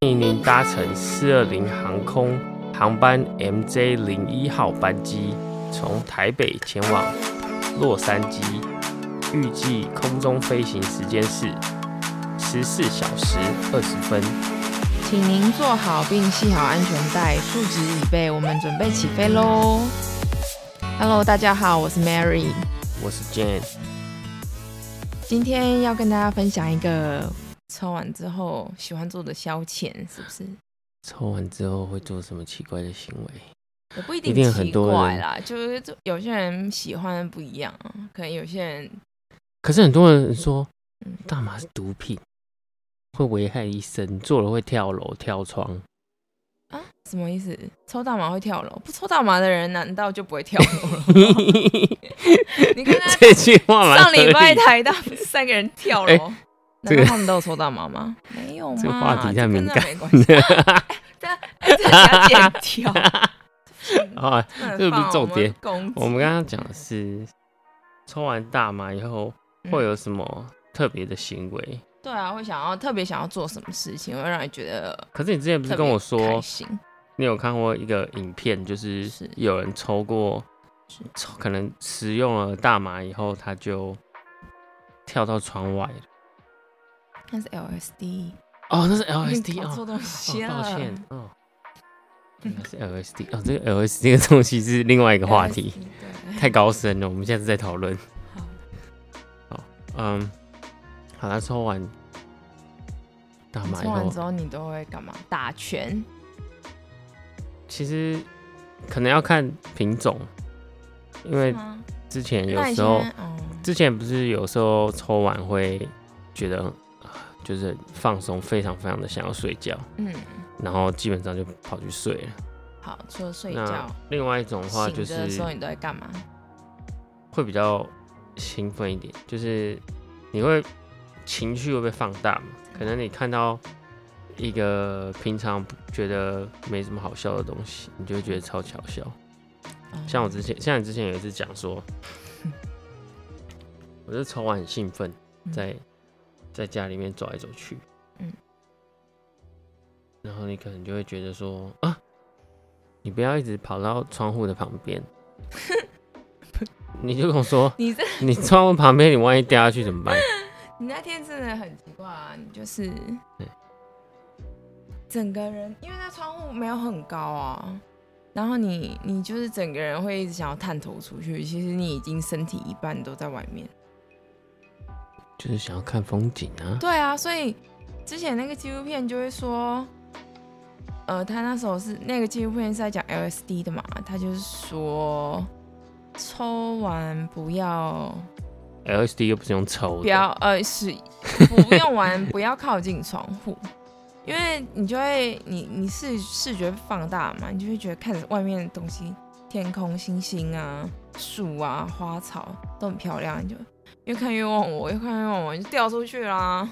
欢迎您搭乘四二零航空航班 MJ 零一号班机，从台北前往洛杉矶，预计空中飞行时间是十四小时二十分。请您坐好并系好安全带，竖直椅背，我们准备起飞喽！Hello，大家好，我是 Mary，我是 Jane，今天要跟大家分享一个抽完之后喜欢做的消遣，是不是？抽完之后会做什么奇怪的行为？也不一一定定有很奇多怪人啦，就是就有些人喜欢不一样啊，可能有些人可是很多人说嗯大麻是毒品，会危害一生，做了会跳楼、跳窗。？啊，什么意思？抽大麻会跳楼？不抽大麻的人难道就不会跳楼了你看 他这句话蛮上礼 拜合理的台大 不是三个人跳楼？哎难这道个他们都有抽到妈妈？ 没有嘛？这个话题太这敏跟那感没关 系。 但这个要剪掉， 啊，这这不是重点。攻我击们刚刚讲的是抽完大麻以后嗯会有什么特别的行为，对啊，会想要特别想要做什么事情，会让你觉得可是你之前不特是别跟我开说，心。你有看过一个影片，就是是有人抽过是，抽可能食用了大麻以后，他就跳到窗外了。那是 LSD，哦，那是你 LSD 搞哦错，东哦西了。，抱歉，哦，嗯那是 LSD 哦，这个 LSD 的东西是另外一个话题 LSD 对太高深了，我们下次再讨论。好嗯，好，他抽完大麻以抽完后之，后你都会干嘛？打拳。其实可能要看品种，因为吗之前有那你时候先，哦之前不是有时候抽完会觉得啊就是放松，非常非常的想要睡觉，嗯，然后基本上就跑去睡了。好，除了睡那觉，另外一种的话醒就着的时是候你都在干嘛？会比较兴奋一点，就是你会情绪会被放大嘛？可能你看到一个平常觉得没什么好笑的东西，你就会觉得超级好笑。哦像我之前，像你之前有一次讲 说，我就抽完很兴奋，嗯在在家里面走来走去，嗯，然后你可能就会觉得说啊，你不要一直跑到窗户的旁边，你就跟我说， 你这你窗户旁边，你万一掉下去怎么办？你那天真的很奇怪啊，你就是对整个人，因为那窗户没有很高啊，然后你你就是整个人会一直想要探头出去，其实你已经身体一半都在外面。就是想要看风景啊，对啊，所以之前那个纪录片就会说，呃，他那时候是那个纪录片是在讲 LSD 的嘛，他就是说抽完不要 LSD 又不是用抽不的，要呃是不用玩，不要靠近窗户，因为你就会你你视视觉放大嘛，你就会觉得看着外面的东西，天空、星星啊、树啊、花草都很漂亮，你就越看越忘我，越看越忘我，你就掉出去啦。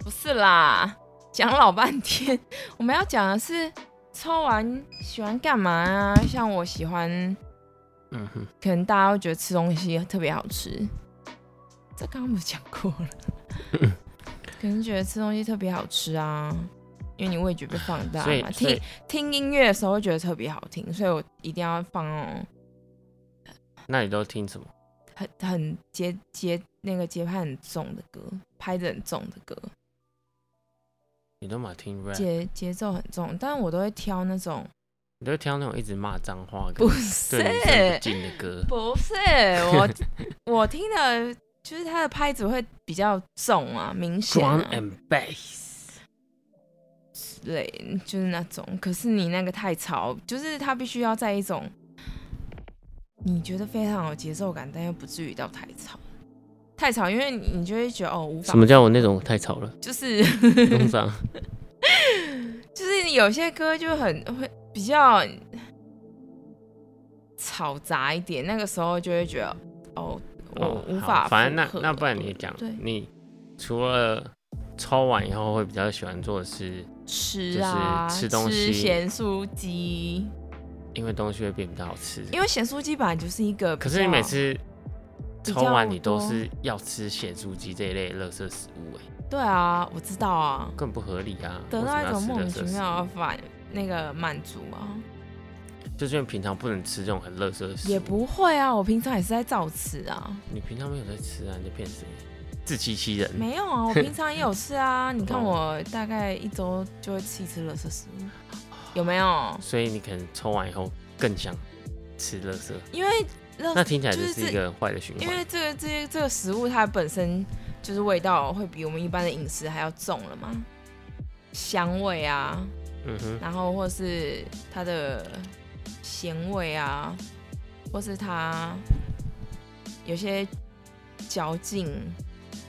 不是啦，讲老半天，我们要讲的是抽完喜欢干嘛啊？像我喜欢嗯哼，可能大家会觉得吃东西特别好吃，这刚刚不是讲过了？嗯 可能觉得吃东西特别好吃啊，因为你味觉被放大所以嘛。所以听听音乐的时候会觉得特别好听，所以我一定要放那种那你都听什么？很很节节那个节拍很重的歌，拍子很重的歌，你都嘛听 rap，节节奏很重，但我都会挑那种你都挑那种一直骂脏话跟不对 女生不是敬的歌。不是我我 听的，就是它的拍子会比较重啊，明显、啊 Drum。and bass，类，就是那种。可是你那个太吵，就是它必须要在一种你觉得非常有节奏感，但又不至于到太吵。太吵，因为你你就会觉得哦，无法什，么叫我那种太吵 了？就是弄脏，就是你有些歌就很会比较嘈杂一点，那个时候就会觉得哦，我哦无好法、反正那那不然你讲对，你除了抽完以后会比较喜欢做的是，吃啊，就是吃东西咸酥鸡，因为东西会变比较好吃。因为咸酥鸡本来就是一个比较，可是你每次比抽较完，你都多是要吃咸酥鸡这一类垃圾食物、欸，对啊，我知道啊，更不合理啊！得为什到么要吃一种垃莫名圾其食妙的反那个满足啊，物，就是因为平常不能吃这种很垃圾的食物。也不会啊，我平常也是在照吃啊，你平常没有在吃啊？你在骗谁？自欺欺人。没有 啊，我平常也有吃 啊，你看哦我大概一周就会吃一次垃圾食物，有没有？所以你可能抽完以后更想吃垃圾，因为垃那听起来就就是是这一个很坏的循因环。为这个这些这个食物它本身就是味道会比我们一般的饮食还要重了嘛，香味啊，嗯哼，然后或是它的咸味啊，或是它有些嚼劲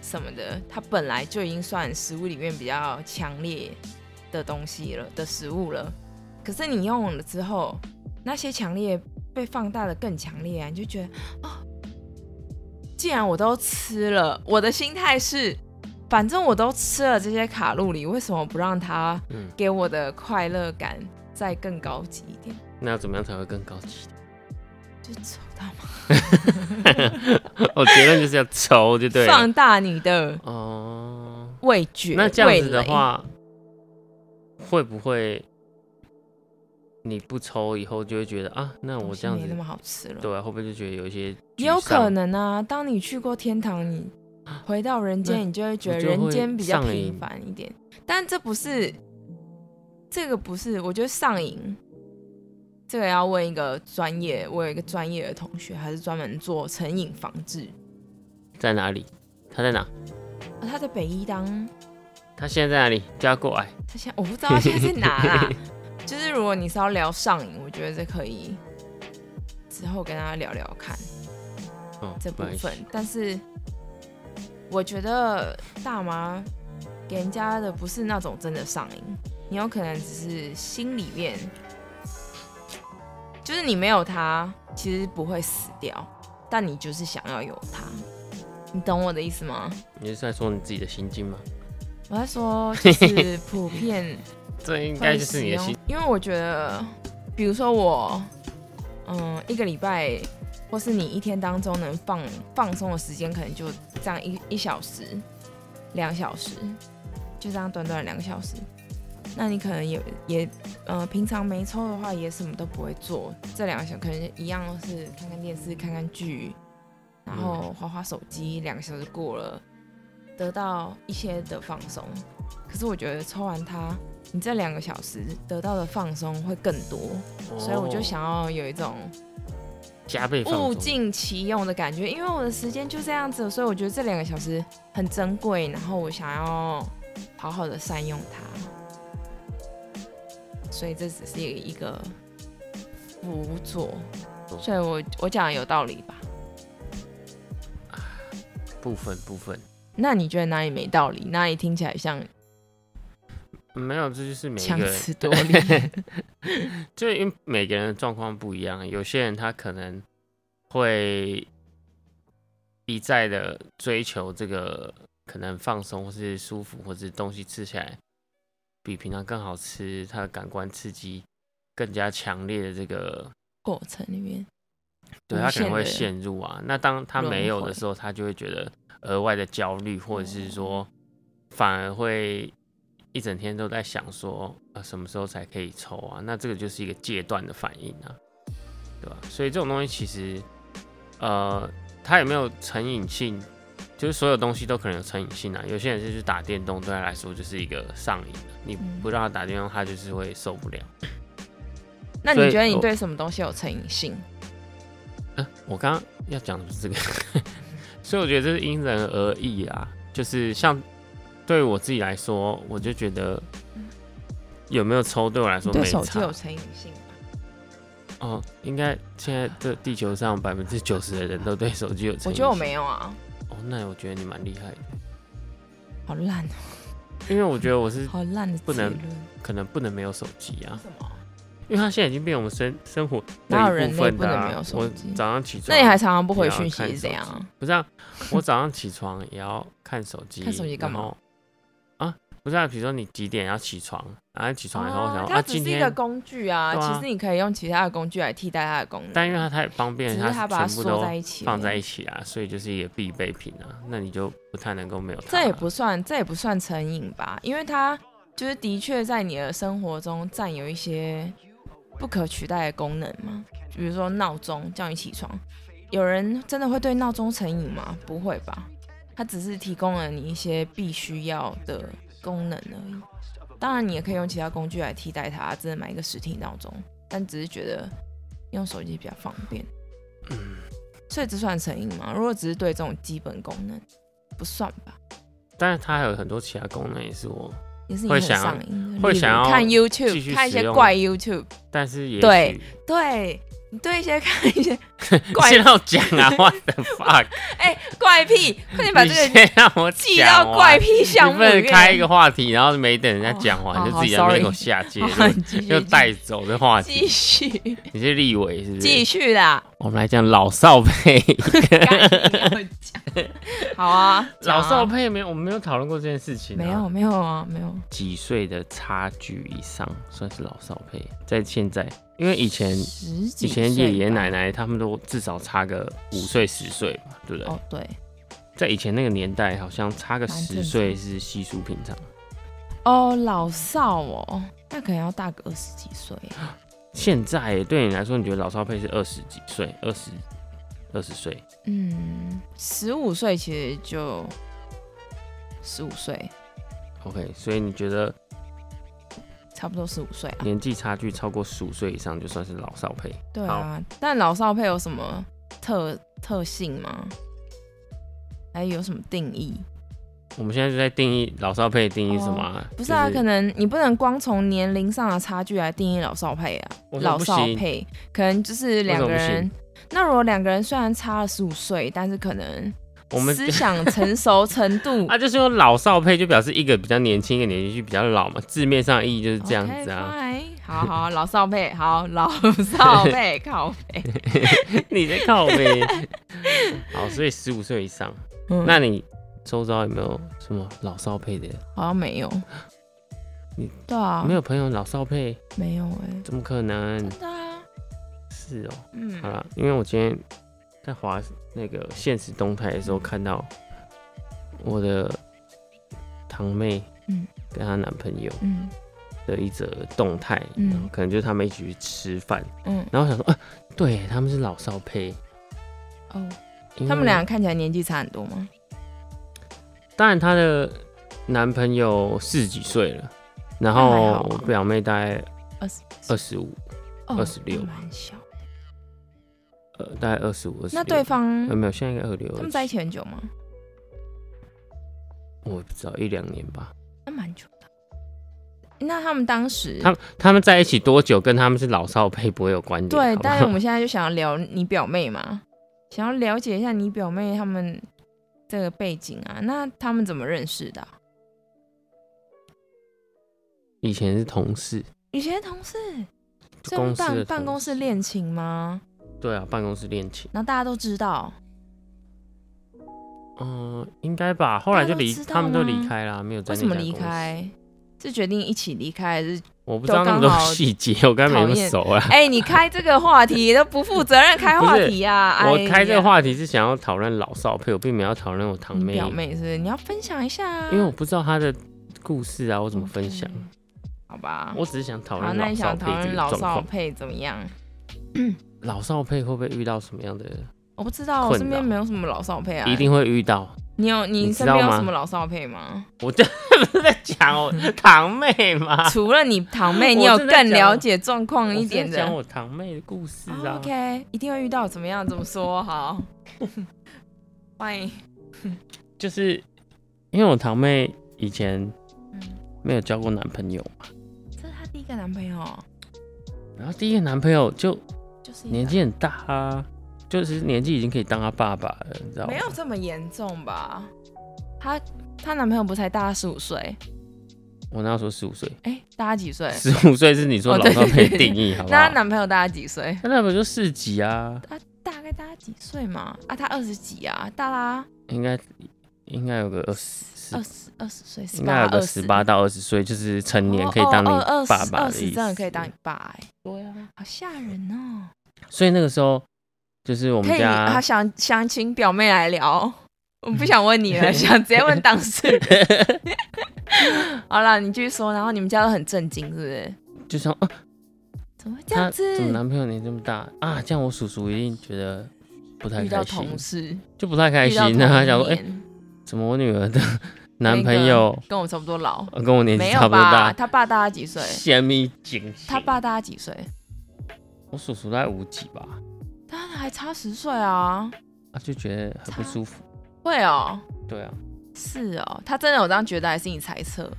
什么的，它本来就已经算食物里面比较强烈的东西了的食物了。可是你用了之后，那些强烈被放大的更强烈啊，你就觉得哦，既然我都吃了，我的心态是，反正我都吃了这些卡路里，为什么不让它嗯，给我的快乐感再更高级一点，那要怎么样才会更高级？就抽他嘛， 哦，结论就是要抽，就对了。放大你的哦、味觉。那这样子的味蕾，话，会不会你不抽以后就会觉得啊，那东我西这样没那子么好吃了，对啊，会不会就觉得有一些也有沮丧可能啊。当你去过天堂，你回到人那间，你就会觉得我就会人间比较上瘾平凡一点。但这不是，这个不是，我觉得上瘾。这个要问一个专业，我有一个专业的同学，他是专门做成瘾防治，在哪里？他在哪？啊他在北医当他现在在哪里？加过来。他现在我不知道他现在在哪啦。就是如果你是要聊上瘾，我觉得这可以之后跟大家聊聊看哦，这部不好意思分。但是我觉得大麻给人家的不是那种真的上瘾，你有可能只是心里面，就是你没有它，其实不会死掉，但你就是想要有它。你懂我的意思吗？你是在说你自己的心境吗？我在说，就是普遍这应应该就是你的心。，因为我觉得，比如说我，嗯，一个礼拜，或是你一天当中能放放松的时间，可能就这样一一小时、两小时，就这样短短两个小时。那你可能也也，呃，平常没抽的话，也什么都不会做。这两个小时可能一样是看看电视、看看剧，然后滑滑手机，两个小时过了，得到一些的放松。可是我觉得抽完它，你这两个小时得到的放松会更多，所以我就哦想要有一种加倍放物纵。尽其用的感觉，因为我的时间就这样子，所以我觉得这两个小时很珍贵，然后我想要好好的善用它，所以这只是一个辅佐，哦所以我我讲的有道理吧？部分部分。那你觉得哪里没道理？哪里听起来像没有，这就是每一强个人词夺理？ 就因为每个人的状况不一样，有些人他可能会一再的追求这个可能放松或是舒服，或是东西吃起来比平常更好吃，他的感官刺激更加强烈的这个，过程里面，对无他可能限会的陷入啊。那当他没有轮的回哦时候，他就会觉得额外的焦虑，或者是说反而会。一整天都在想说，呃，什么时候才可以抽啊？那这个就是一个戒断的反应啊。对吧？所以这种东西其实，呃，它有没有成瘾性，就是所有东西都可能有成瘾性啊。有些人就是打电动，对他来说就是一个上瘾，你嗯不让他打电动，他就是会受不了。那所你以觉得你我对什么东西有成瘾性？呃我刚刚要讲的是这个， 所以我觉得这是因人而异啦。就是像对我自己来说，我就觉得有没有抽对我来说对没手机差有成瘾性吗？哦。应该现在这地球上百分之九十的人都对手机有成瘾性。我觉得我没有啊，哦，那我觉得你蛮厉害的，好烂哦，因为我觉得我是好烂的不能啊结论可能不能没有手机啊，什么？因为它现在已经变我们生生活的哪有一人部类分不的、能啊没有。手我机？早上起床，那你还常常不回也要讯息看是怎手样机啊？不是啊？我早上起床也要看手机，看手机干嘛然后？啊，不是啊，比如说你几点要起床，然后起床以后想说哦它啊，只今是一个天，工具啊，对啊其实你可以用其他的工具来替代它的功能，但因为它太方便，只是它它把它全部缩都在一起而已，放在一起啊，所以就是一个必备品啊，那你就不太能够没有它。这也不算，这也不算成瘾吧，因为它就是的确在你的生活中占有一些不可取代的功能嘛，比如说闹钟叫你起床，有人真的会对闹钟成瘾吗？不会吧，它只是提供了你一些必须要的功能而已。当然，你也可以用其他工具来替代它，真的买一个实体闹钟，但只是觉得用手机比较方便，嗯，所以这算成瘾吗？如果只是对这种基本功能，不算吧。但是它还有很多其他功能也是我，也是你会很想要上瘾的，会例如想要看继续 YouTube，看一使些用怪 YouTube，但是也对许对你对一些看一些 你怪先让我讲啊，What the fuck！哎、怪癖，快点把你这个先让我记讲到完怪癖项你目不能里面。开一个话题，然后没等人家哦讲完、好就好自己在那边 sorry 给我下结好，论，你哦继续就带走这话继题。续你是立委是不继是？续啦，我们来讲老少 配，干你要讲， 好啊，讲老啊少配没有，我们没有讨论过这件事情、没有，没有啊没有，几岁的差距以上算是老少配，在现在，因为以前十几以前岁爷爷吧奶奶他们都至少差个五岁十岁吧，对不对？哦对在以前那个年代，好像差个蛮正十常岁是稀疏平常。哦老少哦，那可能要大个二十几岁现在耶对你来说，你觉得老少配是二十几岁、二十二十岁？嗯，十五岁其实就十五岁， OK，所以你觉得差不多十五岁啊。年纪差距超过十五岁以上就算是老少配？对啊，但老少配有什么特特性吗？还有什么定义？我们现在就在定义老少配的定义是什么、啊不是啊，就可能你不能光从年龄上的差距来定义老少配啊。为什么老不少行配可能就是两个人，那如果两个人虽然差了十五岁，但是可能我们思想成熟程度 啊，就是用老少配就表示一个比较年轻，一个年纪比较老嘛，字面上的意义就是这样子啊。 OK，fine 好好，老少配，好老 少配，靠配。 你在靠呗。好，所以十五岁以上，嗯那你周遭有没有什么老少配的？好像没有你。对啊，嗯没有朋友老少配，没有哎、怎么可能？真的啊，是哦。好嗯，了，因为我今天在滑那个现实动态的时候，看到我的堂妹，嗯，跟她男朋友嗯的一则动态，嗯嗯，可能就是他们一起去吃饭，嗯然后我想说，啊，对，他们是老少配，哦，嗯因为他们俩看起来年纪差很多吗？当然她的男朋友四十几岁了，然那还后好啊我表妹大概二十二十五，哦26那蛮小。呃，大概二十五，二十那对方呃没有，现在应该二六，他们在一起很久吗？我不知道一两年吧。那蛮久的。那他们当时他他们在一起多久，跟他们是老少配不会有关联。对，好不好但是我们现在就想要聊你表 妹嘛，想要了解一下你表妹他们这个背景啊。那他们怎么认识的啊、以前是同事，以前的同事，就这公种司的同办办公室恋情吗？对啊，办公室恋情，然后大家都知道，嗯、应该吧。后来就离大家都知道他们都吗离开啦，没有在为那什么家离公司？开？是决定一起离开，还是我不知道那么都多 刚好细节，我刚才没那讨么厌熟啊。哎、你开这个话题都不负责任，开话题呀、啊！我哎开这呀个，话题是想要讨论老少配，我并没有要讨论我堂你妹，表妹是不是？你要分享一下啊，因为我不知道她的故事啊，我我怎么分享？好吧，我只是想讨嗯好，论那老你少想配讨这论个老状少况。配怎么样？老少配会不会遇到什么样的？我不知道，我困身边扰没有什么老少配啊。一，定会遇到。 你有你你知身道边有吗什么老少配吗？我这不是在讲我堂妹吗？除了你堂妹，啊我你有正在更讲了我解状况一点我是在讲的。我堂妹的故事哦啊。 OK，一定会遇到，怎么样？怎么 说？好，欢迎。就是因为我堂妹以前嗯，没有交过男朋友嘛，这是她第一个男朋友，然后第一个男朋友就就是一个年纪很大啊，就是年纪已经可以当他爸爸了，你知道吗没？有这么严重吧？她她男朋友不才大十五岁，我那时候十五岁，哎、大她几岁？十五岁是你啊说哦老少配对对对定义，好不那好她？男朋友大她几岁？她那本就四级啊，大概大她几岁嘛？啊，她二十几啊，大她应该应该有个二十二，十二十岁，应该有个十哦十哦八到二十岁，就是成年可以当你爸爸的二意十思。真的可以当你爸哎、对啊，好吓人哦！所以那个时候就是我可们以，啊家他想想请表妹来聊，我不想问你 了，想直接问当事人。 好了，你继续说，然后你们家都很震惊，是不是？就想啊，怎么会这他样怎么子？男朋友年纪这么大啊？这样我叔叔一定觉得不太遇到开同心，事，就不太开遇到心。同那他想说，哎、年怎么我女儿的男那朋个友跟我差不多老，呃跟我年纪没差有不多吧？大？他爸大他几岁？虾米警醒他，爸大他几岁？我叔叔大概五几吧，他还差十岁啊！啊，就觉得很不舒服。会哦，对啊，是哦，他真的有这样觉得，还是你猜测？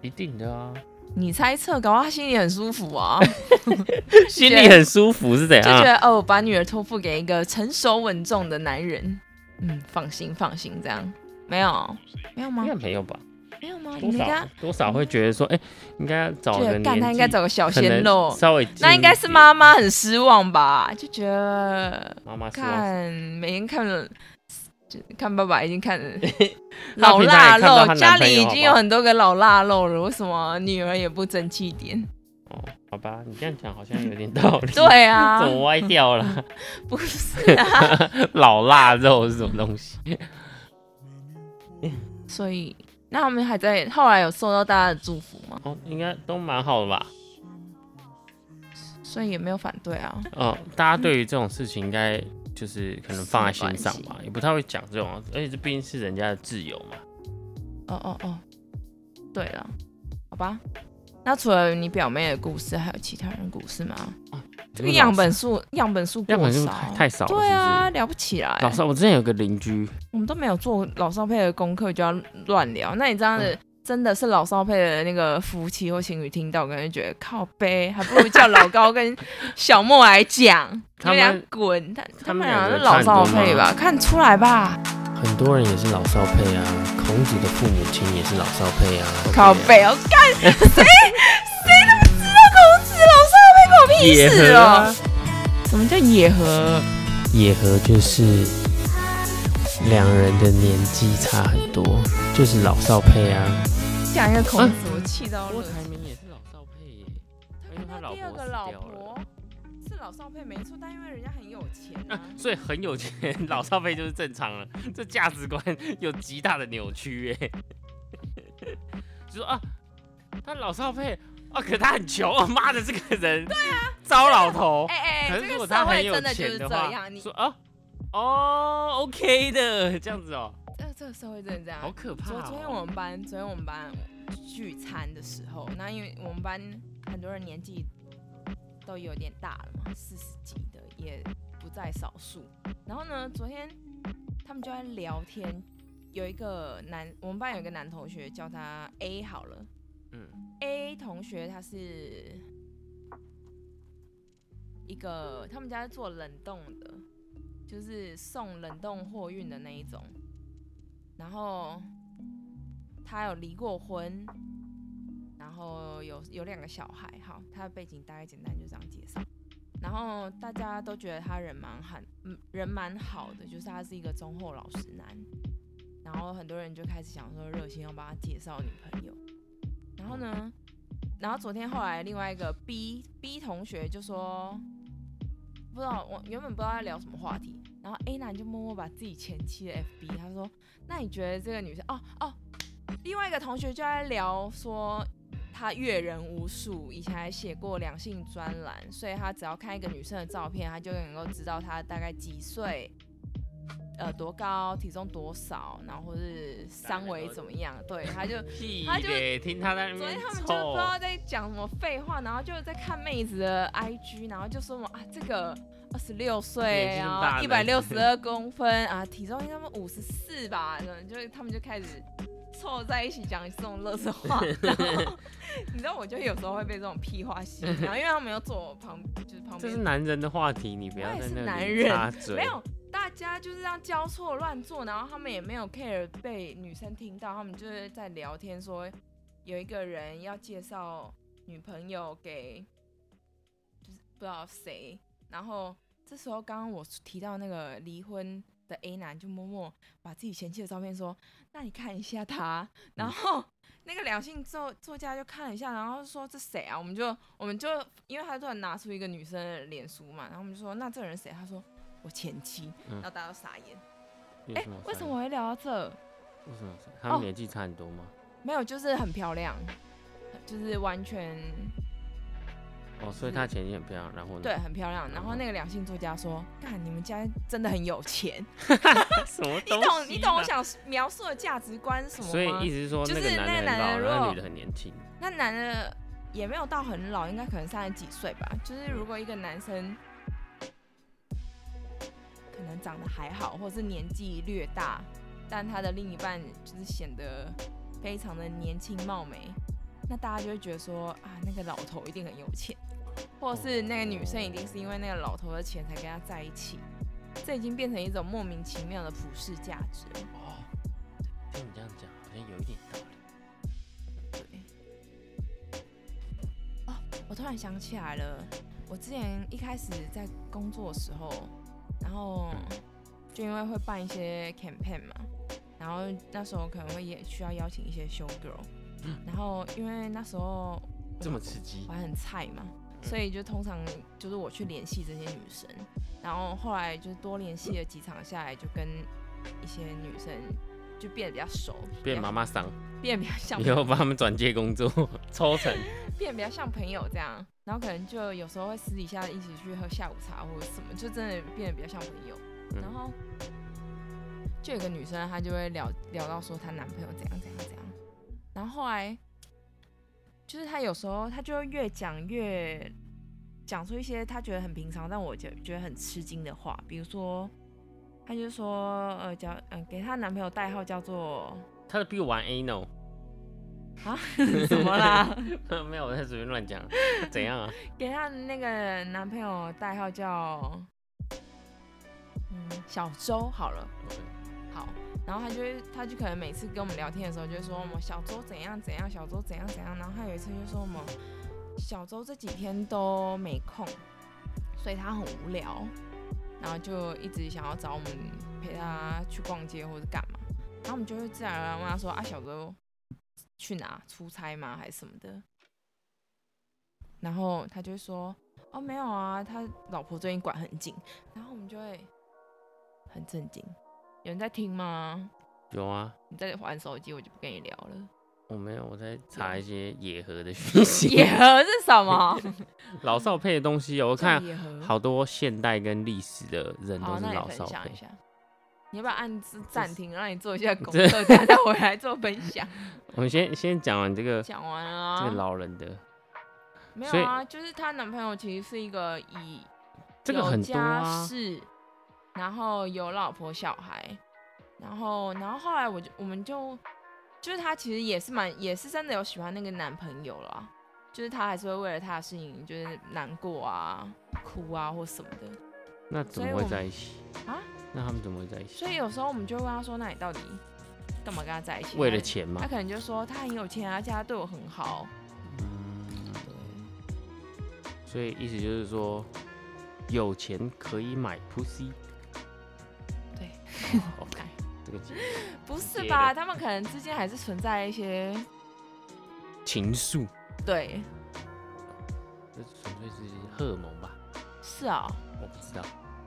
一定的啊，你猜测，搞不好他心里很舒服 啊，心里很舒服是怎就觉样？得哦，我把女儿托付给一个成熟稳重的男人，嗯，放心放心，这样没有没有吗应？该没有吧？没有吗？哦多你们少家多少会觉得说，哎、应该要找觉个得干他年应该纪找个小可鲜能肉，稍微近一点，那应该是妈妈很失望吧？就觉得妈妈说，看每天看了，就看爸爸已经看 她老平常也腊看到肉她，家男朋里友已好经不有好很多个老腊肉了，为什么女儿也不争气一点？ 哦，好吧，你这样讲好像有点道理。对怎啊，么歪掉了？ 不是啊，老腊肉是什么东西？ 所以那他们还在后来有受到大家的祝福吗？哦，应该都蛮好的吧？所以也没有反对啊。哦，大家对于这种事情应该就是可能放在心上吧，也不太会讲这种，而且这毕竟是人家的自由嘛。哦哦哦，对了，好吧。那除了你表妹的故事，还有其他人的故事吗？这个样本数样本数样过本数少太太少了，对啊，是聊不起来不是。。老少，我之前有个邻居，我们都没有做老少配的功课就要乱聊，那你这样的、嗯真的是老少配的那个夫妻或情侣听到，可能就觉得靠背，还不如叫老高跟小莫来 讲，他们你俩滚，他他们们两俩个是老少差很配多吧？看出来吧？很多人也是老少配啊，孔子的父母亲也是老少配啊。靠背，我干 谁谁他妈知道孔子老少配关我屁野事合哦啊？，什么叫野合？野合就是两人的年纪差很多，就是老少配啊。讲一个孔子，我气到郭了。台铭也是老少配耶，因为他老第二婆个死老掉婆了。是老少配没错，但因为人家很有钱啊啊。所以很有钱，老少配就是正常了。这价值观有极大的扭曲耶。就说啊，他老少配啊，可他很穷。 啊妈的，这个人对啊，糟老头。哎可哎，是如这个果他社很会有真的就钱是这话，样，你说啊，哦，OK 的，这样子哦，这这个社会真的这好样。可怕、昨昨天哦。我们班，昨天我们班聚餐的时候，那因为我们班很多人年纪都有点大了嘛，四十几的也不在少数。然后呢，昨天他们就在聊天，有一个男，我们班有一个男同学，叫他 A 好了。嗯， A 同学他是一个，他们家是做冷冻的，就是送冷冻货运的那一种。然后他有离过婚，然后有有两个小孩。好，他的背景大概简单就这样介绍。然后大家都觉得他人蛮好，嗯，人蛮好的，就是他是一个忠厚老实男。然后很多人就开始想说，热心要帮他介绍女朋友。然后呢，然后昨天后来另外一个 B B 同学就说，不知道我原本不知道在聊什么话题，然后 A 男就默默把自己前妻的 FB，他说，那你觉得这个女生？哦哦，另外一个同学就在聊说。他阅人无数，以前还写过两性专栏，所以他只要看一个女生的照片，他就能够知道她大概几岁，呃，多高，体重多少，然后或是三围怎么样，对，他就屁他就嘞，听他在那昨天边他们就不知道臭。在讲什么废话，然后就在看妹子的 IG，然后就说什么啊，这个二十六岁年纪这么大啊，一百六十二男公分啊，体重应该五十四吧，就是他们就开始凑在一起讲这种乐 色话。然后 你知道，我就有时候会被这种屁话吸引，然后因为他们又坐我旁，就是旁这边是男人的话题，你不要我也在是那男里人插嘴。没有，大家就是这样交错乱做，然后他们也没有 care 被女生听到，他们就是在聊天说有一个人要介绍女朋友给，就是不知道谁，然后这时候刚刚我提到那个离婚的 A 男就默默把自己嫌弃的照片说：“那你看一下他。”然后那个两性作作家就看了一下，然后说：“这谁啊？”我们就我们就因为他突然拿出一个女生的脸书嘛，然后我们就说：“那这个人谁？”他说：“我前妻。”嗯然后大家都傻眼。有哎、什么为什么哦我会聊到这？为什么他们年纪差很多吗？没有，就是很漂亮，就是完全哦，所以她前妻很漂亮，然后呢？对，，很漂嗯亮。然后那个两性作家说：“看你们家真的很有钱。” 什么你东西啦？啊懂你懂我想描述的价值观是什么吗？所以意思是说，就那个是男的那个很男老，的然后那如个果女的很年轻。那男的也没有到很老，应该可能三十几岁吧。就是如果一个男生可能长得还好，或是年纪略大，但他的另一半就是显得非常的年轻貌美，那大家就会觉得说啊，那个老头一定很有钱，或是那个女生一定是因为那个老头的钱才跟他在一起。这已经变成一种莫名其妙的普世价值了。哦，听你这样讲，好像有一点道理。我突然想起来了，我之前一开始在工作的时候，然后就因为会办一些 campaign 嘛，然后那时候可能会也需要邀请一些 show girl，然嗯后因为那时候这么刺激我，还很菜嘛，嗯所以就通常就是我去联系这些女生，然后后来就是多联系了几场下来，就跟一些女生就变得比较熟，变妈比妈桑，较变得比较像以后帮他们转接工 作，抽成。变得比较像朋友这样，然后可能就有时候会私底下一起去喝下午茶或者什么，就真的变得比较像朋友。嗯然后就有个女生，她就会聊聊到说她男朋友怎样怎样怎样，然后后来就是她有时候她就会越讲越讲出一些她觉得很平常，但我觉觉得很吃惊的话，比如说她就说呃叫嗯、给她男朋友代号叫做 他的 B 玩 A no， 什么啦？没有，我在随便乱讲。怎样啊？给她那个男朋友代号叫嗯小周好了，好，然后她就会，她就可能每次跟我们聊天的时候，就会说我们小周怎样怎样，小周怎样怎样，然后她有一次就说我们小周这几天都没空，所以她很无聊，然后就一直想要找我们陪她去逛街或者干嘛，然后我们就会自然而然问她说啊小周去哪出差吗还是什么的，然后她就会说哦没有啊，他老婆最近管很紧，然后我们就会很震惊。有人在听吗？有啊，你在玩手机，我就不跟你聊 了。我没有，我在查一些野合的讯息。野合是什么？老少配的东西哦，我看野合。好多现代跟历史的人都好，是那老你少分享配一。下。你要不要按暂暂是停，让你做一下功这 课，等下再回来做分享？我们先先讲完这个讲完了这个啊，老人的，没有所以啊，就是她男朋友其实是一个以这个很有多家啊。室，然后有老婆小孩，然后然后后来我就我们就就是她其实也是蛮也是真的有喜欢那个男朋友啦，就是她还是会为了他的事情就是难过啊、哭啊或什么的，那怎么所以我会们在一起啊？那他们怎么会在一起？所以有时候我们就会问她说：“那你到底干嘛跟他在一起？”为了钱吗她，她？可能就说她很有钱啊，而且她对我很好。嗯，对，所以意思就是说，有钱可以买 pussy。对哦，好看这个不是别吧？的他们可能之间还是存在一些情愫，对，这纯粹是荷尔蒙吧？是啊、我不知道，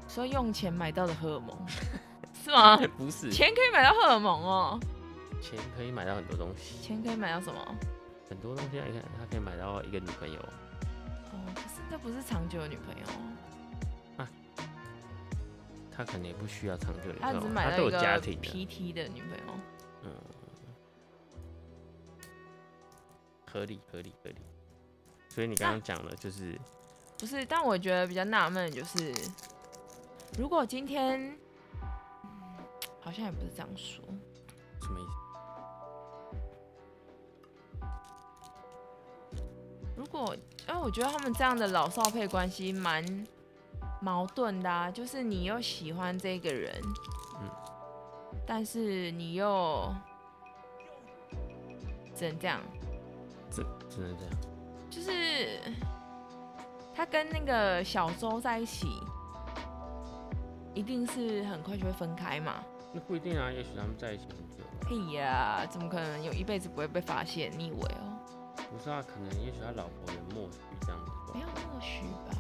说用钱买到的荷尔蒙， 是吗？ 不是钱钱可以买到荷尔蒙哦，钱可以买到很多东西，钱可以买到什么？很多东西啊！你看，他可以买到一个女朋友，哦，可是这不是长久的女朋友，他可能也不需要长久的女她朋只友，买他到哦都一有个家庭的， PT 的女朋友。嗯，合理合理合理。所以你刚刚讲的就是，不是，但我觉得比较纳闷的就是，如果今天，嗯好像也不是这样说，什么意思？如果，哎、我觉得他们这样的老少配关系蛮矛盾的、啊，就是你又喜欢这个人，嗯但是你又只能这样，只能这样。就是他跟那个小周在一起，一定是很快就会分开嘛。那不一定啊，也许他们在一起很久。嘿呀，怎么可能有一辈子不会被发现？你以为哦？不是啊，可能也许他老婆也默许这样子吧没。有默许吧？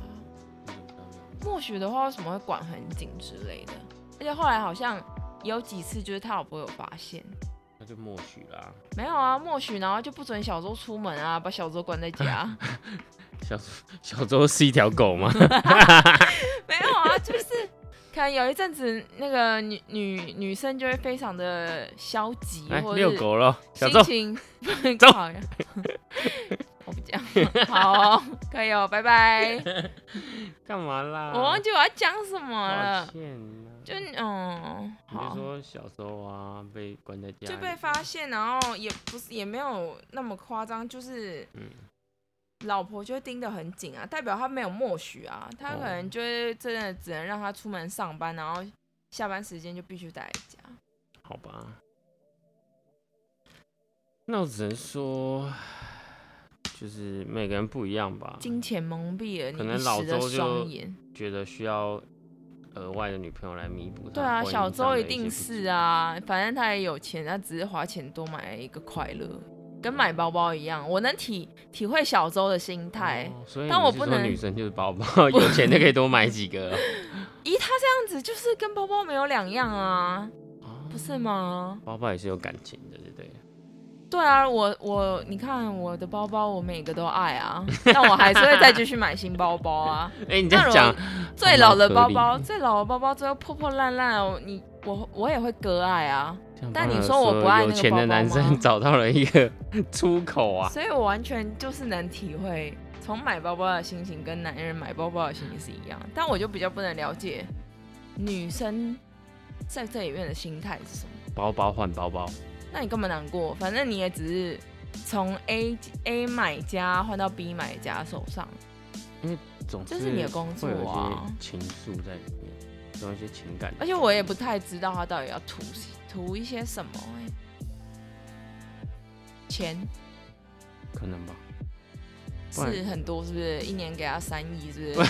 你怎么知道没有默许的话，为什么会管很紧之类的？而且后来好像也有几次，就是他老婆有发现，那就默许啦。没有啊，默许，然后就不准小周出门啊，把小周关在家。小小周是一条狗 吗？没有啊，就是可能有一阵子那个女女女生就会非常的消极，来或者哎遛是狗了，小周心。情不 很走好呀。我不讲，好哦、可以哦，拜拜。干嘛啦？我忘记我要讲什么抱了，歉啦。就嗯，你就好，说小周啊被关在家里，就被发现，然后也不是也没有那么夸张，就是嗯老婆就会盯得很紧啊，代表他没有默许啊，他哦可能就是真的只能让他出门上班，然后下班时间就必须待在家。好吧。那我只能说，就是每个人不一样吧。金钱蒙蔽了哦可你能一老时周的就双眼。觉得需要额外的女朋友来弥补他。对啊，小周一定是。啊，反正他也有钱，他只是花钱多买了一个快乐，跟买包包一样。我能体体会小周的心态，哦所以但你我是不说能女生就是包包， 有钱就可以多买几个。咦，他这样子就是跟包包没有两样啊，哦不是吗？包包也是有感情的，对不对？对啊，我我你看我的包包，我每个都爱啊，但我还是会再继续买新包包 啊。哎、你这那样如讲果，最老的包蛮合包，理的最老的包包最后破破烂烂啊，我你我我也会割爱啊。这样但帮你了说我所不爱有那个钱包的包男吗生找到了一个 出口啊。所以我完全就是能体会，从买包包的心情跟男人买包包的心情是一样，但我就比较不能了解女生在这里面的心态是什么。包包换包包，那你干嘛难过？反正你也只是从 A A 买家换到 B 买家手上，总这之是你的工作会有一啊些。情愫在里面，有一些情感。而且我也不太知道他到底要图图一些什么、欸。钱可能 吧，不然是很多，是不是？一年给他三亿，是不是？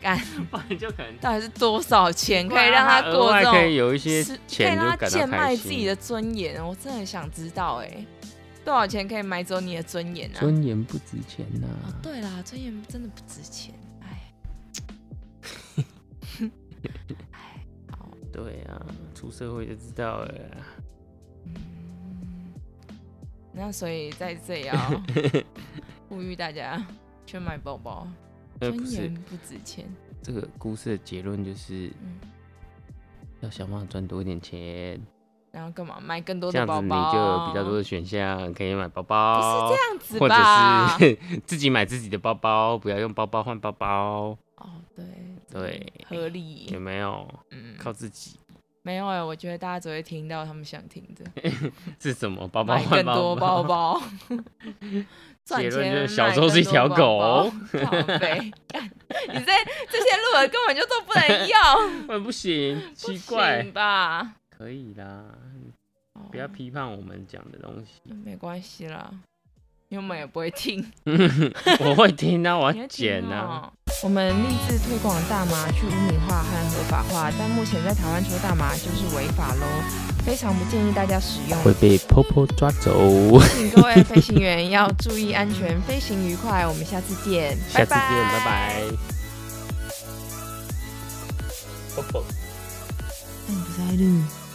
干，不然就可能到底是多少钱可以对啊让他额过外这种可以有一些是可以钱就让他感到贱卖开自己心。的尊严，我真的很想知道哎、多少钱可以买走你的尊严啊？尊严啊不值钱呐、哦，对啦，尊严真的不值钱， 哎，哎对啊，出社会就知道了啦。嗯那所以在这里要哦 呼吁大家去买包包，呃，不尊是严不值钱，这个故事的结论就是嗯，要想办法赚多一点钱，然后干嘛买更多这样的子包你包？就有比较多的选项，可以买包不包，是这样子或吧？者是自己买自己的包包，不要用包包换包包，哦，对嗯对合有理，没有？嗯，靠自己没有哎、我觉得大家只会听到他们想听的。是什么？包包买换更多包包， 包，赚结钱论就是买小更周是一多条包狗包，靠背。干你这这些录的根本就都不 能要，不然不行，不奇怪行，吧？可以啦，不不要批判我们讲的东西，没关系啦，因为我们也不会听，我会听啊，我你要会听剪啊，哦。我们立志推广大麻去污名化和合法化，但目前在台湾抽大麻就是违法喽，非常不建议大家使用。被 Popo 抓走，请各位飞行员要注意安全，飞行愉快，我们下次见，下次见，拜拜。Popo。嗯那你不是在录？